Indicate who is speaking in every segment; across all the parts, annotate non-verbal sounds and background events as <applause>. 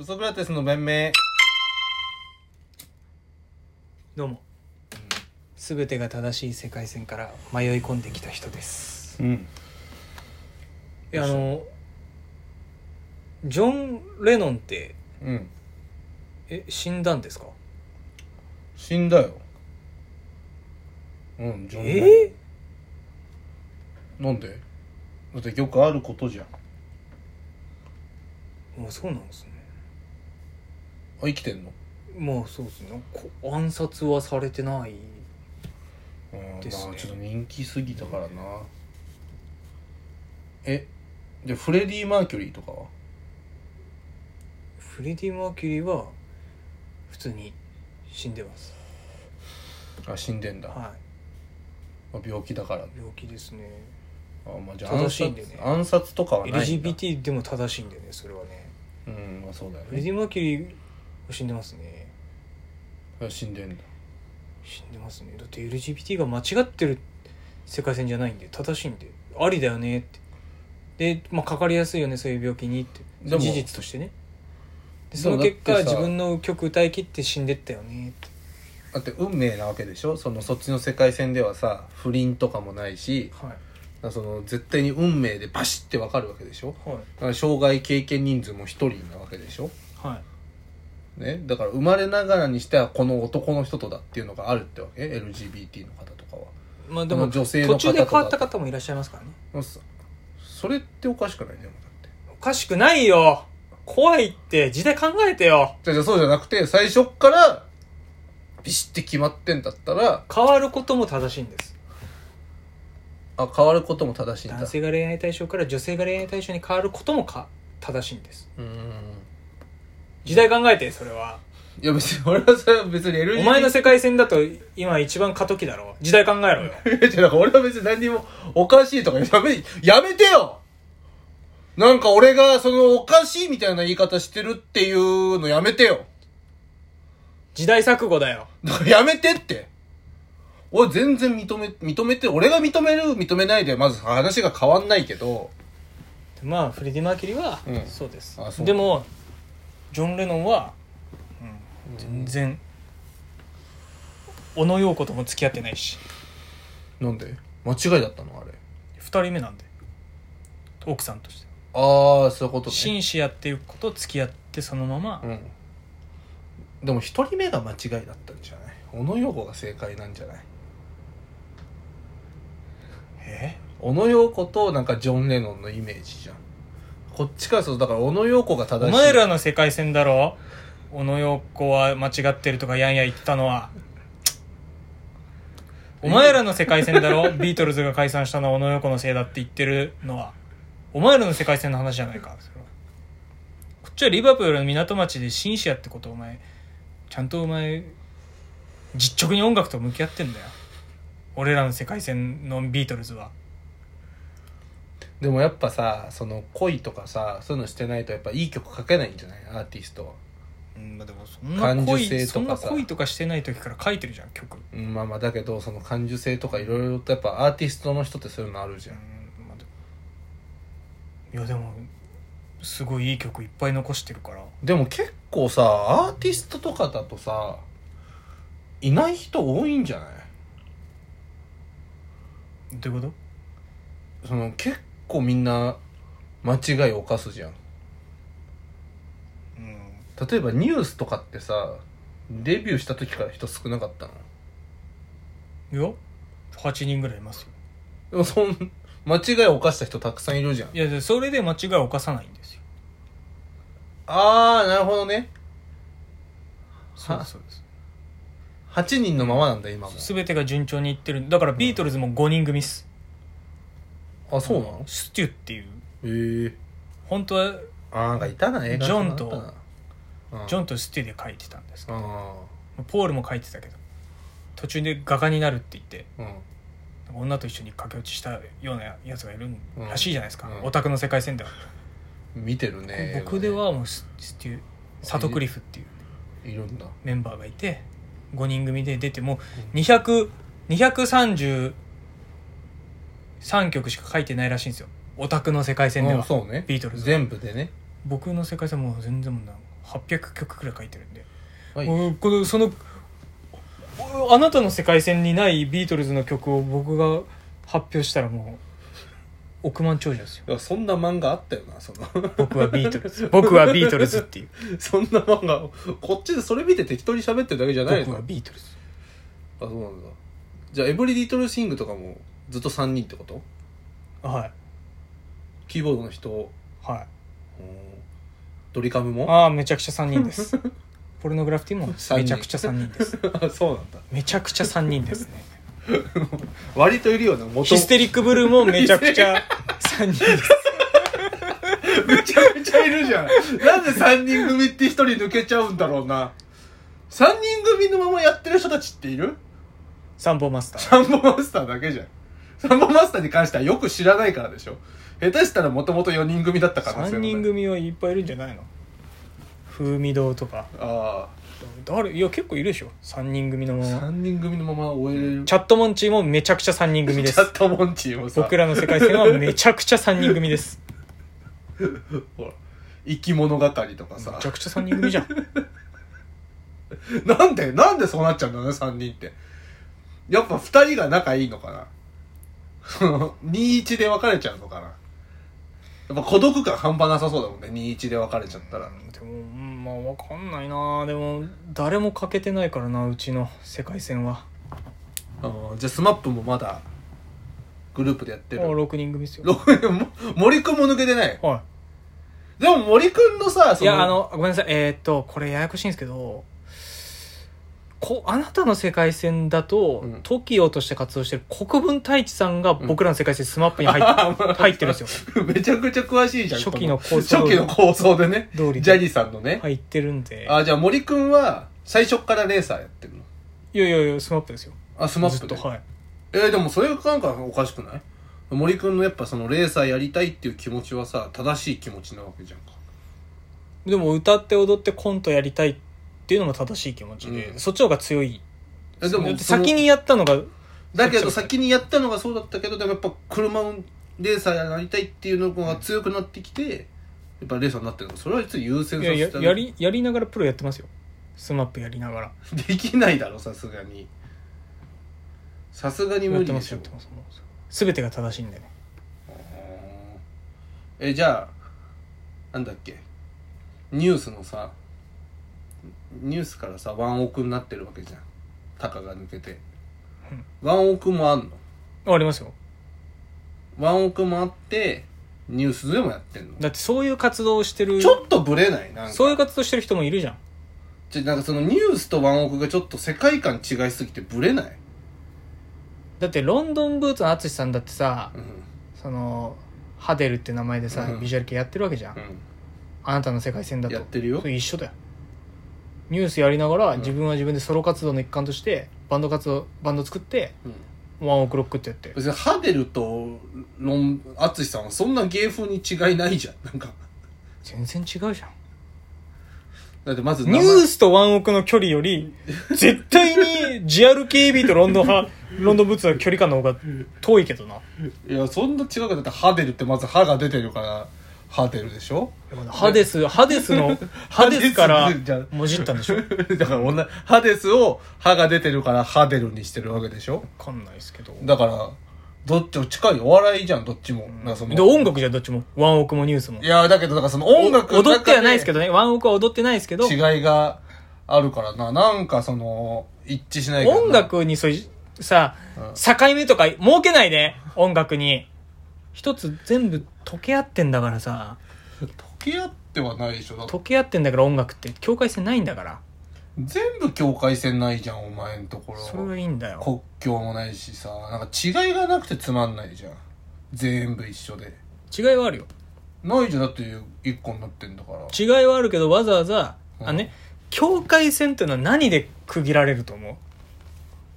Speaker 1: ソクラテスの弁明
Speaker 2: どうも全てが正しい世界線から迷い込んできた人です
Speaker 1: うん
Speaker 2: いやあのジョン・レノンって
Speaker 1: うん
Speaker 2: え死んだんですか
Speaker 1: 死んだようんジョンレノンな
Speaker 2: え
Speaker 1: んでだってよくあることじゃんあ
Speaker 2: ー、もうそうなんですね
Speaker 1: 生きてんの
Speaker 2: もうそうですねこ暗殺はされてない
Speaker 1: うん
Speaker 2: ですね
Speaker 1: まあちょっと人気すぎたからなえでフレディ・マーキュリーとかは
Speaker 2: フレディ・マーキュリーは普通に死んでます
Speaker 1: あ死んでんだ、
Speaker 2: は
Speaker 1: まあ、病気だから
Speaker 2: い病気ですね
Speaker 1: あ、まあ、じゃあ暗
Speaker 2: 正しい
Speaker 1: 殺,、
Speaker 2: んでね
Speaker 1: 暗殺とかはないんだ
Speaker 2: LGBT でも正しいんだよねそれはね
Speaker 1: うんまあそうだよ
Speaker 2: フレデ
Speaker 1: ね
Speaker 2: ィ・マーキュリーは死んでますね
Speaker 1: あ死んでんだ
Speaker 2: 死んでますねだって LGBT が間違ってる世界線じゃないんで正しいんでありだよねってで、まあ、かかりやすいよねそういう病気にって
Speaker 1: でも
Speaker 2: 事実としてねで
Speaker 1: で
Speaker 2: そ
Speaker 1: も
Speaker 2: の結果
Speaker 1: だって
Speaker 2: 自
Speaker 1: さ
Speaker 2: 分の曲歌い切って死んでったよねって
Speaker 1: だって運命なわけでしょそのそっちの世界線ではさ不倫とかもないし
Speaker 2: はい
Speaker 1: だからその絶対に運命でバシッてわかるわけでしょ
Speaker 2: はい
Speaker 1: だから障害経験人数も一人なわけでしょ
Speaker 2: はい
Speaker 1: ね、だから生まれながらにしてはこの男の人とだっていうのがあるってわけ LGBT の方とかは
Speaker 2: まあでも
Speaker 1: 女性の方と
Speaker 2: 途
Speaker 1: か
Speaker 2: 中で変わった方もいらっしゃいますからね
Speaker 1: もうそそれっておかしくないねでもだって
Speaker 2: おかしくないよ怖いって時代考えてよ
Speaker 1: じゃあじゃあそうじゃなくて最初っからビシッて決まってんだったら
Speaker 2: 変わることも正しいんです
Speaker 1: あ変わることも正しいんだ
Speaker 2: 男性が恋愛対象から女性が恋愛対象に変わることもか正しいんです
Speaker 1: うーん
Speaker 2: 時代考えてそれはい
Speaker 1: や別に俺はそれは別に LGBT
Speaker 2: <laughs> お前の世界線だと今一番過渡期だろ時代考えろ
Speaker 1: <laughs> い
Speaker 2: よ
Speaker 1: や、なんか俺は別に何にもおかしいとかやめ、やめてよなんか俺がそのおかしいみたいな言い方してるっていうのやめてよ。
Speaker 2: 時代錯誤だよ
Speaker 1: だからやめてって。俺全然認め、認めて、俺が認める、認めないでまず話が変わんないけど、
Speaker 2: まあフレディ・マーキュリーは
Speaker 1: うん
Speaker 2: そうです、
Speaker 1: あそう
Speaker 2: でもジョン・レノンは、うん全然小野陽子とも付き合ってないし
Speaker 1: なんで間違いだったのあれ。
Speaker 2: 2人目なんで奥さんとして
Speaker 1: あー、そういうこと
Speaker 2: シ
Speaker 1: ね。
Speaker 2: ンシアっていうこと付き合ってそのまま、
Speaker 1: うん。でも一人目が間違いだったんじゃない小野陽子が正解なんじゃない
Speaker 2: え
Speaker 1: 小野陽子となんかジョン・レノンのイメージじゃんこっちからするとだから小野陽子が正し
Speaker 2: お
Speaker 1: い
Speaker 2: 前らの世界線だろ小野陽子は間違ってるとかやんや言ってたのはお前らの世界線だ <laughs> ろビートルズが解散したのは小野陽子のせいだって言ってるのはお前らの世界線の話じゃないかそれはこっちはリバプールの港町でシンシアってことお前ちゃんとお前実直に音楽と向き合ってんだよ俺らの世界線のビートルズは
Speaker 1: でもやっぱさその恋とかさそういうのしてないとやっぱいい曲書けないんじゃないアーティストは
Speaker 2: うんまあでもそんな
Speaker 1: 感受
Speaker 2: 恋
Speaker 1: 性
Speaker 2: そ
Speaker 1: と
Speaker 2: んな
Speaker 1: かさ
Speaker 2: 恋とかしてない時から書いてるじゃん曲
Speaker 1: うんまあまあだけどその感受性とかいろいろとやっぱアーティストの人ってそういうのあるじゃん
Speaker 2: うんまあでもいやでもすごいいい曲いっぱい残してるから
Speaker 1: でも結構さアーティストとかだとさいない人多いんじゃない
Speaker 2: どういうこ
Speaker 1: その結構みんな間違いを犯すじゃん
Speaker 2: と、
Speaker 1: 例えばニュースとかってさデビューした時から人少なかったの
Speaker 2: うん、いや8人ぐらいいます
Speaker 1: で
Speaker 2: よ
Speaker 1: もそん間違いを犯した人たくさんいるじゃん
Speaker 2: いやでそれで間違いを犯さないんですよ
Speaker 1: ああなるほどね
Speaker 2: そうですそうで
Speaker 1: 8人のままなんだ今も
Speaker 2: す全てが順調にいってるだからビートルズも5人組っす、
Speaker 1: あそうなの
Speaker 2: ステュっていう
Speaker 1: へえ
Speaker 2: 本当は
Speaker 1: あーなんかいたな映画
Speaker 2: ジョンとジョ
Speaker 1: ン
Speaker 2: ンとステュで書いてたんです
Speaker 1: あ
Speaker 2: ポールも書いてたけど途中で画家になるって言って
Speaker 1: あうん
Speaker 2: 女と一緒に駆け落ちしたようなやつがいるらしいじゃないですか、
Speaker 1: うん
Speaker 2: オタクの世界線では
Speaker 1: 見てるね
Speaker 2: 僕ではもうスステューサトクリフっていう
Speaker 1: いるんだ
Speaker 2: メンバーがいて5人組で出ても
Speaker 1: う
Speaker 2: 200 233曲しか書いてないらしいんですよオタクの世界線で
Speaker 1: う
Speaker 2: は
Speaker 1: んそうね
Speaker 2: ビートルズ
Speaker 1: 全部でね
Speaker 2: 僕の世界線もう全然もうなんか800曲くらい書いてるんで、
Speaker 1: はい
Speaker 2: うんこのそのおあなたの世界線にないビートルズの曲を僕が発表したらもう億万長者ですよ
Speaker 1: いやそんな漫画あったよなその <laughs>
Speaker 2: 僕はビートルズ僕はビートルズっていう
Speaker 1: そんな漫画こっちでそれ見て適当に喋ってるだけじゃない
Speaker 2: 僕
Speaker 1: の
Speaker 2: は
Speaker 1: あ
Speaker 2: ビートルズ
Speaker 1: そうなんだじゃあエブリディトルシングとかもずっと3人ってこと
Speaker 2: はい
Speaker 1: キーボードの人うん
Speaker 2: はい
Speaker 1: ドリカムも
Speaker 2: ああめちゃくちゃ3人です
Speaker 1: <laughs>
Speaker 2: ポルノグラフィティも
Speaker 1: 三人
Speaker 2: めちゃくちゃ3人です
Speaker 1: そうなんだ
Speaker 2: めちゃくちゃ3人です
Speaker 1: <laughs>
Speaker 2: ね
Speaker 1: 割といるよな元
Speaker 2: ヒステリックブルーもめちゃく
Speaker 1: <laughs>
Speaker 2: ちゃ3人です
Speaker 1: めちゃくちゃいるじゃんなんで3人組って1人抜けちゃうんだろうな3人組のままやってる人たちっている
Speaker 2: サンボマスター
Speaker 1: サンボマスターだけじゃんサンボマスターに関してはよく知らないからでしょ下手したらもともと4人組だったから
Speaker 2: 3人組はいっぱいいるんじゃないの風味堂とか
Speaker 1: あ
Speaker 2: 誰いや結構いるでしょ3人組の
Speaker 1: あ
Speaker 2: まま
Speaker 1: 3人組のまま終えれる
Speaker 2: チャットモンチーもめちゃくちゃ3人組で
Speaker 1: チャ
Speaker 2: す
Speaker 1: ットモンチーもさ
Speaker 2: 僕らの世界線はめちゃくちゃ3人組です
Speaker 1: ほら生き物係とか <laughs>
Speaker 2: め
Speaker 1: さ
Speaker 2: ちゃくちゃ3人組じゃん
Speaker 1: <laughs> なんでなんでそうなっちゃうんだろうね3人ってやっぱ2人が仲いいのかな <laughs> その21で別れちゃうのかなやっぱ孤独感半端なさそうだもんね21で別れちゃったら
Speaker 2: でもうんまあわかんないなでも誰も欠けてないからなうちの世界線は
Speaker 1: あーじゃあスマップもまだグループでやってる
Speaker 2: もう6人組ですよ
Speaker 1: ろも <laughs> 森くんも抜けてない
Speaker 2: は
Speaker 1: でも森くんのさ
Speaker 2: いいやあのごめんなさいえーっとこれややこしいんですけどこあなたの世界線だと、
Speaker 1: うん
Speaker 2: TOKIO として活動してる国分太一さんが僕らの世界線 SMAP に入っ,、
Speaker 1: <laughs>
Speaker 2: 入ってるんですよ
Speaker 1: よめちゃくちゃ詳しいじゃん
Speaker 2: 初期の
Speaker 1: こ
Speaker 2: 構想
Speaker 1: 初期の構想でね
Speaker 2: 通り
Speaker 1: ジャニーさんのね、
Speaker 2: 入ってるんで
Speaker 1: あじゃあ森くんは最初っからレーサーやってるの
Speaker 2: いやいやいや SMAP ですよ
Speaker 1: あスマップ
Speaker 2: ず
Speaker 1: で
Speaker 2: っとはい
Speaker 1: えーでもそれがなんかおかしくない森くんのやっぱそのレーサーやりたいっていう気持ちはさ正しい気持ちなわけじゃんか
Speaker 2: でも歌って踊ってコントやりたいっていうのも正しい気持ちで、
Speaker 1: うん
Speaker 2: そっちの方が強い
Speaker 1: えで
Speaker 2: だっ
Speaker 1: も
Speaker 2: て
Speaker 1: その
Speaker 2: 先にやったのが
Speaker 1: だけど先にやったのがそうだったけどでもやっぱ車をレーサーになりたいっていうのが強くなってきてやっぱレーサーになってるのそれは別に優先
Speaker 2: い
Speaker 1: さ
Speaker 2: や
Speaker 1: せ
Speaker 2: や
Speaker 1: た
Speaker 2: やりやりながらプロやってますよスマップやりながら
Speaker 1: できないだろさすがにさすがに
Speaker 2: や
Speaker 1: 無
Speaker 2: っ
Speaker 1: 理
Speaker 2: て
Speaker 1: で
Speaker 2: ま
Speaker 1: し
Speaker 2: す
Speaker 1: ょ
Speaker 2: やってます全てが正しいんでね
Speaker 1: えじゃあなんだっけニュースのさニュースからさワンオクになってるわけじゃんタカが抜けて、ワンオクもあんの
Speaker 2: あありますよ
Speaker 1: ワンオクもあってニュースでもやってんの
Speaker 2: だってそういう活動をしてる
Speaker 1: ちょっとブレないなんか
Speaker 2: そういう活動してる人もいるじゃん
Speaker 1: ちょなんかそのニュースとワンオクがちょっと世界観違いすぎてブレない、
Speaker 2: だってロンドンブーツの淳さんだってさ
Speaker 1: うん
Speaker 2: そのハデルって名前でさ、
Speaker 1: うん
Speaker 2: ビジュアル系やってるわけじゃん、
Speaker 1: う
Speaker 2: あなたの世界線だ
Speaker 1: ん、
Speaker 2: と
Speaker 1: やってるよ
Speaker 2: それ一緒だよニュースやりながら自分は自分でソロ活動の一環としてバンド活動バンド作って
Speaker 1: うん
Speaker 2: ワンオクロックってやって
Speaker 1: 別にハデルとロン淳さんはそんな芸風に違いないじゃんなんか
Speaker 2: 全然違うじゃん
Speaker 1: だってまず
Speaker 2: ニ
Speaker 1: 名
Speaker 2: ュ
Speaker 1: 前
Speaker 2: ースとワンオクの距離より絶対に GRKB とロンドン派ロンドンブーツの距離感の方が遠いけどない
Speaker 1: やそんな違うかだってハデルってまず歯が出てるからハデルでしょ
Speaker 2: ハデスハデスの <laughs> ハデスからもじったんでしょ
Speaker 1: <laughs> だから女ハデスを歯が出てるからハデルにしてるわけでしょ
Speaker 2: 分かんないですけど
Speaker 1: だからどっちも近いお笑いじゃんどっちも、なんかその
Speaker 2: で音楽じゃんどっちもワンオクもニュースも
Speaker 1: いやだけどだからその音楽の中
Speaker 2: 踊ってはないですけどねワンオクは踊ってないですけど
Speaker 1: 違いがあるからななんかその一致しないからな
Speaker 2: 音楽にそういうさ、境目とか設けないで、音楽に。一つ全部溶け合ってんだからさ、
Speaker 1: 溶け合ってはないでしょだって
Speaker 2: 溶け合ってんだから音楽って境界線ないんだから、
Speaker 1: 全部境界線ないじゃんお前んところ
Speaker 2: それはいいんだよ。
Speaker 1: 国境もないしさなんか違いがなくてつまんないじゃん全部一緒で
Speaker 2: 違いはあるよ。
Speaker 1: ないじゃんだって一個になってんだから
Speaker 2: 違いはあるけどわざわざ、
Speaker 1: うん
Speaker 2: あね、境界線ってのは何で区切られると思う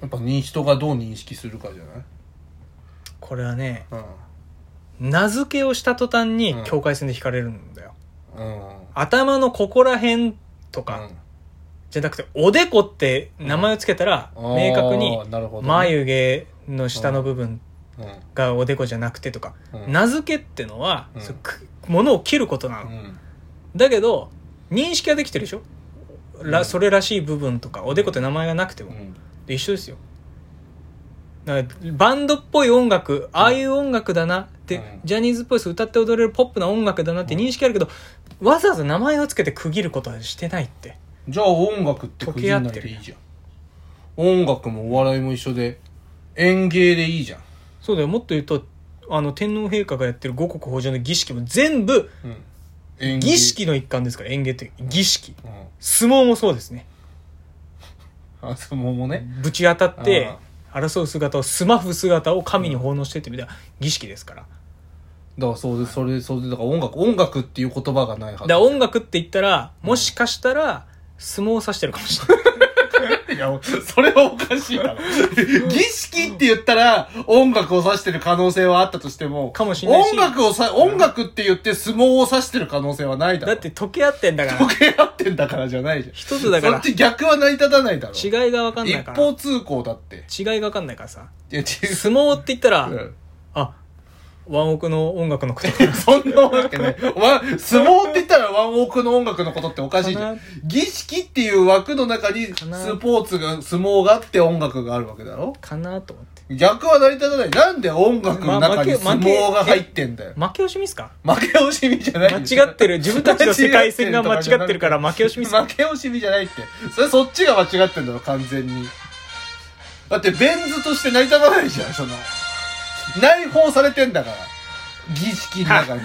Speaker 1: やっぱ認人がどう認識するかじゃない
Speaker 2: これはね、
Speaker 1: う
Speaker 2: 名付けをした途端に
Speaker 1: うん
Speaker 2: 境界線で引かれるんだよ。
Speaker 1: んうん
Speaker 2: 頭のここら辺と
Speaker 1: う
Speaker 2: か、
Speaker 1: ん
Speaker 2: じゃなくて、おでこって名前をつけたら、
Speaker 1: うん
Speaker 2: 明確に
Speaker 1: あーなるほどね
Speaker 2: 眉毛の下の部分
Speaker 1: う
Speaker 2: がおでこじゃなくてとか、
Speaker 1: うん
Speaker 2: 名付けってのは、
Speaker 1: うん
Speaker 2: そうくものを切ることなの、
Speaker 1: んうん
Speaker 2: だけど認識はできてるでしょらそれらしい部分とかおでこって名前がなくても、
Speaker 1: うん
Speaker 2: で一緒ですよだからバンドっぽい音楽ああいう音楽だなって、
Speaker 1: うん
Speaker 2: ジャニーズっぽいそう歌って踊れるポップな音楽だなって認識あるけど、わざわざ名前をつけて区切ることはしてないって
Speaker 1: じゃあ音楽って区切らないでいいじゃん音楽もお笑いも一緒で演芸でいいじゃん
Speaker 2: そうだよもっと言うとあの天皇陛下がやってる五穀豊穣の儀式も全部
Speaker 1: うん演芸
Speaker 2: 儀式の一環ですから演芸って儀式
Speaker 1: うん
Speaker 2: 相撲もそうですね
Speaker 1: あ相撲もね
Speaker 2: ぶち当たって争う姿をスマフ姿を神に奉納してってみたいな儀式ですから
Speaker 1: だからそうでそれそれでだから音楽音楽っていう言葉がないは
Speaker 2: だ
Speaker 1: ず
Speaker 2: から音楽って言ったらもしかしたら相撲を指してるかもしれない
Speaker 1: いや、それはおかしいだろ。儀式って言ったら、音楽を指してる可能性はあったとしても、
Speaker 2: かもしんないし
Speaker 1: 音楽をさ、音楽って言って相撲を指してる可能性はないだろ。
Speaker 2: だって溶け合ってんだから
Speaker 1: 時計合ってんだからじゃないじゃん。
Speaker 2: 一つだか
Speaker 1: そ
Speaker 2: ら
Speaker 1: っち逆は成り立たないだろ。
Speaker 2: 違いが分かんない
Speaker 1: 一
Speaker 2: から
Speaker 1: 方通行だって。
Speaker 2: 違いが分かんないからさ
Speaker 1: いや、違う。
Speaker 2: 相撲って言ったら
Speaker 1: うん
Speaker 2: あワンオクの音楽のことか
Speaker 1: そんなわけない。お前、相撲って言ったらワンオークの音楽のことっておかしいじゃん
Speaker 2: か。
Speaker 1: 儀式っていう枠の中に、
Speaker 2: な
Speaker 1: スポーツが、相撲があって音楽があるわけだろ
Speaker 2: かなと思って
Speaker 1: 逆は成り立たない。なんで音楽の中に相撲が入ってんだよ。
Speaker 2: 負け惜しみっすか
Speaker 1: 負け惜しみじゃない
Speaker 2: 間
Speaker 1: よ
Speaker 2: 違ってる自分たちの世界線が間違ってるから負け惜しみっすか
Speaker 1: 負け惜しみじゃないって。それそっちが間違ってんだろ、完全に。だってベン図として成り立たないじゃん、その。内包されてんだから。儀式の中に。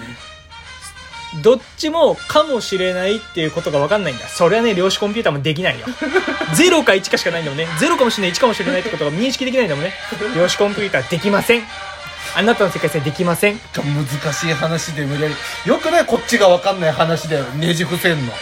Speaker 2: どっちもかもしれないっていうことが分かんないんだ。それはね、量子コンピューターもできないよ。0か1かしかないんだもんね。0かもしれない、1かもしれないってことが認識できないんだもんね。量子コンピューターできません。あなたの世界線できません。
Speaker 1: 難しい話で無理やり。よくないこっちがわかんない話でねじ伏せんの。